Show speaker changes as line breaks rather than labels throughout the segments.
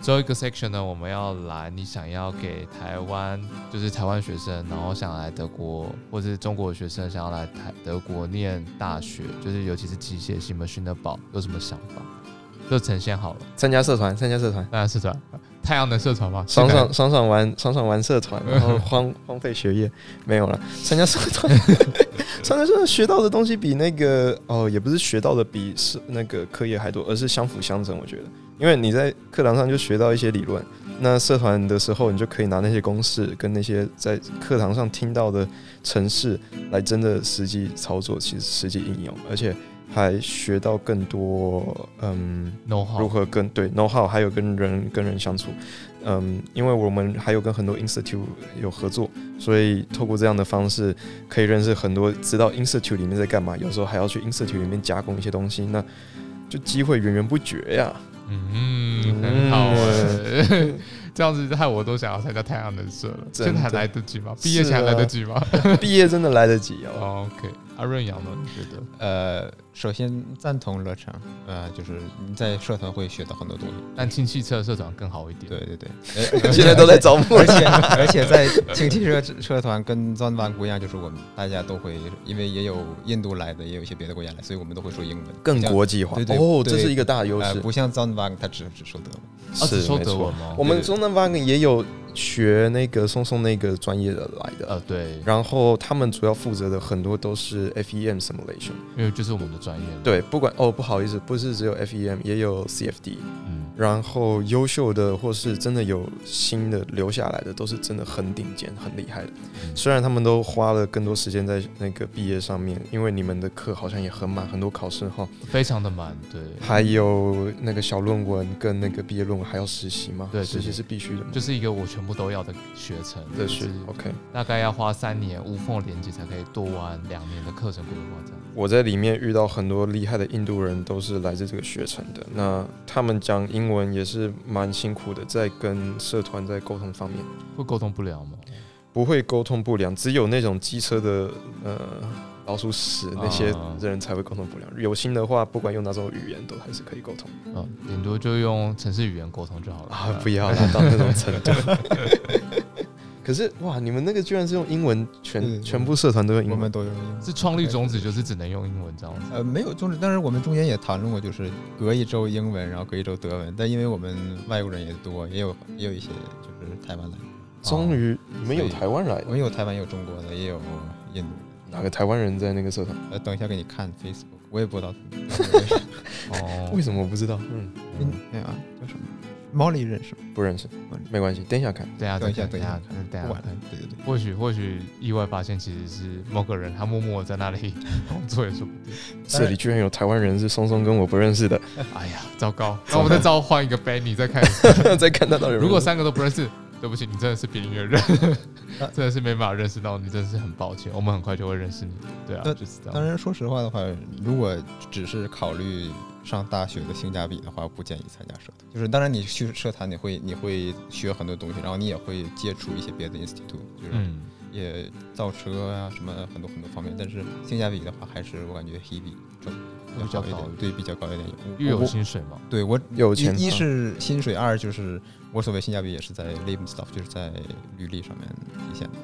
最后一个 section 呢，我们要来你想要给台湾，就是台湾学生，然后想来德国或者是中国学生想要来台德国念大学，就是尤其是机械系 machine 的宝有什么想法？就呈现好了，
参加社团，参加社团，
当然社团， 太阳能社团嘛，
爽爽爽爽玩，爽爽玩社团，然后荒荒废学业，没有了。参加社团， 参加社团学到的东西比那个哦，也不是学到的比是那个课业还多，而是相辅相成。我觉得，因为你在课堂上就学到一些理论，那社团的时候你就可以拿那些公式跟那些在课堂上听到的程式来真的实际操作，其实实际应用，而且还学到更多嗯。
no
哦
好，
如何跟对 know how，还有跟人跟人相处。嗯，因为我们还有跟很多 institute 有合作，所以透过这样的方式，可以认识很多知道 institute 里面在干嘛，有时候还要去 institute 里面加工一些东西，那就机会源源不绝 呀、
嗯，
嗯
很好欸，这样子害我都想要参加太阳能社了，
真的
现在还来得及吗？毕业
是啊
前还来得及吗
毕业真的来得及哦。
哦？OK，阿润阳呢？你觉
嗯
得？
呃，首先赞同乐成，呃，就是你在社团会学到很多东西。
但氢气车社团更好一点，
对 对对，呃
现在都在 招募
而且而且在经济社社团跟藏万古一样，就是我们大家都会，因为也有印度来的，也有一些别的国家来，所以我们都会说英文，
更
不像
国际化
对对
哦，这
对
是一个大优
呃
势。
不像藏万他只只说德文。
哦，只
是
收
没
德
错
文，吗
我？们
啊对
中南方也有学那个松松那个专业的来的，
呃，对，
然后他们主要负责的很多都是 FEM simulation。
因为就是我们的专业了，
对，不管哦，不好意思，不是只有 FEM，也有 CFD。
嗯，
然后优秀的或是真的有新的留下来的，都是真的很顶尖、很厉害的。
嗯
虽然他们都花了更多时间在那个毕业上面，因为你们的课好像也很满，很多考试哈，
非常的满，对，
还有那个小论文跟那个毕业论文还要实习嘛？
对对
实习
对
是必须的嘛？
就是一个我全部都要的学程，
这
就是
OK。
大概要花三年无缝连接才可以多玩两年的课程规划这样。
我在里面遇到很多厉害的印度人，都是来自这个学程的。那他们讲英文也是蛮辛苦的，在跟社团在沟通方面。
会沟通不了吗？
不会沟通不良，只有那种机车的呃老鼠屎那些
啊
人才会沟通不良。有心的话，不管用哪种语言都还是可以沟通
嗯，顶多就用城市语言沟通就好了
啊，不要啦，到那 种程度。可是哇，你们那个居然是用英文，
对
全全部社团都用
我
英
们
文，
都有英文。
是创立宗旨就是只能用英文这样子。
呃，没有终止，但是我们中间也谈论过，就是隔一周英文，然后隔一周德文。但因为我们外国人也多，也有也有一些就是台湾来的，
终于你们有台湾来
我，们有台湾，有中国的，也有印度。
哪个台湾人在那个社团？
呃，等一下给你看 Facebook，我也不知道他们
哦
为，什么我不知道？嗯，
嗯那个叫什么，猫里认识吗？
不认识，没关系，等一下看。
等一下等
等一
一
下
下
等
等
一
一
下
下
看
等一
不
下
管，对对对，
啊或许或许意外发现其实是某个人，他默默在那里工作也说不定。
这里居然有台湾人是松松跟我不认识的，
哎呀，糟糕！那我们再召唤一个 Benny 再看一次，
再看他到底有没有
如果三个都不认识， 对不起，你真的是边缘 人，
那
真的是没办法认识到你，真的是很抱歉。我们很快就会认识你，对啊，
那
就是这
当
样。
然，说实话的话，如果只是考虑上大学的性价比的话，不建议参加社团。就是当然，你去社团，你会你会学很多东西，然后你也会接触一些别的 institute，就是
嗯，
也造车啊什么很多很多方面。但是性价比的话，还是我感觉 hebe 重
比较
好一
高
点，对比较高一点。
又有薪水嘛，
对我
有钱
一一
啊
是薪水，二就是我所谓性价比也是在 label stuff，就是在履历上面体现的。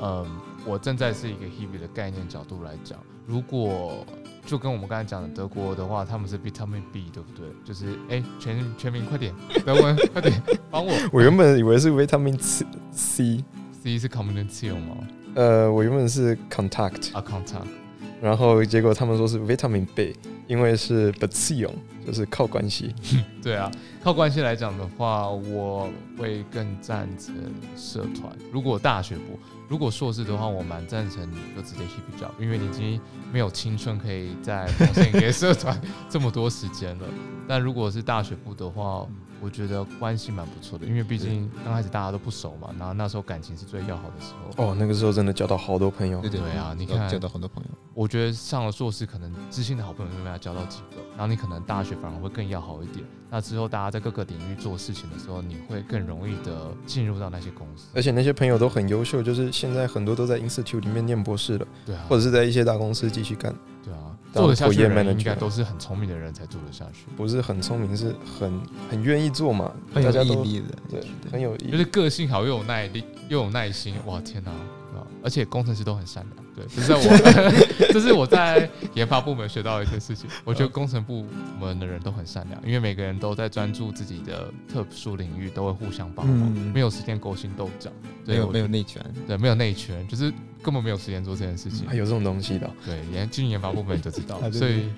嗯，我站在是一个 Hebe 的概念角度来讲，如果就跟我们刚才讲的德国的话，他们是 Vitamin B，对不对？就是哎、全全民快点，德文快点帮我。
我原本以为是维他命 C C，
C 是 Community 吗？
呃，我原本是 contact。
啊，Contact。
然后结果他们说是 vitamin B，因为是 beziehung，就是靠关系。
对啊，靠关系来讲的话，我会更赞成社团。如果大学部，如果硕士的话，我蛮赞成你就直接 hip job，因为你已经没有青春可以再奉献给社团这么多时间了。但如果是大学部的话，我觉得关系蛮不错的，因为毕竟刚开始大家都不熟嘛，然后那时候感情是最要好的时候。
哦，那个时候真的交到好多朋友
对，对
对啊你
交
看
交到很多朋友。
我觉得上了硕士，可能知心的好朋友没办法交到几个，然后你可能大学反而会更要好一点。那之后大家在各个领域做事情的时候，你会更容易的进入到那些公司。
而且那些朋友都很优秀，就是现在很多都在 institute 里面念博士了，
对啊，
或者是在一些大公司继续干。
对啊，做得下去的
project
人应该
manager
都是很聪明的人才做得下去，
不是很聪明，是很很愿意做嘛，
很
大
有
家
毅
都
力的，
对
是
很有毅
就是
力。
个性好又有耐力又有耐心，哇天哪！对吧而且工程师都很善良，对，这是在 我这是我在研发部门学到的一些事情。我觉得工程部门的人都很善良，因为每个人都在专注自己的特殊领域，都会互相帮忙，
嗯
没有时间勾心斗角。
没
对，
有
我
没有内卷，
对，没有内圈，就是根本没有时间做这件事情
还。有这种东西的哦，
对，研进研发部门你就知道
啊对
了，
对
所以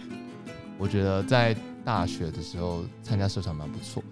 我觉得在大学的时候参加社团蛮不错，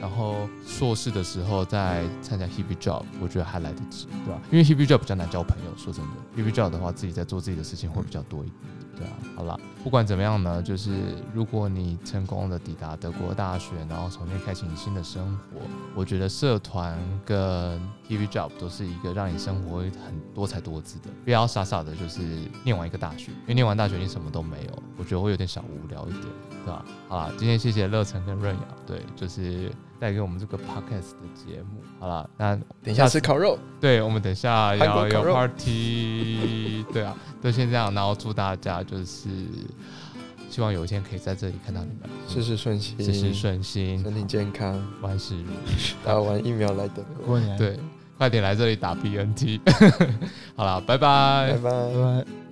然后硕士的时候再参加 Hebe Job，我觉得还来得及，对吧？因为 Hebe Job 比较难交朋友，说真的，Hebe Job 的话自己在做自己的事情会比较多一点，对啊。好啦，不管怎么样呢，就是如果你成功的抵达德国大学，然后重新开启你新的生活，我觉得社团跟 TV job 都是一个让你生活很多才多姿的，不要傻傻的就是念完一个大学，因为念完大学你什么都没有，我觉得会有点小无聊一点，对吧？好啦，今天谢谢乐成跟润雅，对，就是带给我们这个 podcast 的节目。好啦，那
等一下吃烤肉，
对我们等一下
韩国
要
烤
有
肉
party，对 啊，就先这样，然后祝大家就是希望有一天可以在这里看到你们，
事事顺心，
事事顺心，
身体健康，
万事如意。
打完疫苗来德国，
过年，
对，快点来这里打 BNT。好啦，拜
拜
拜。
拜
拜。
拜。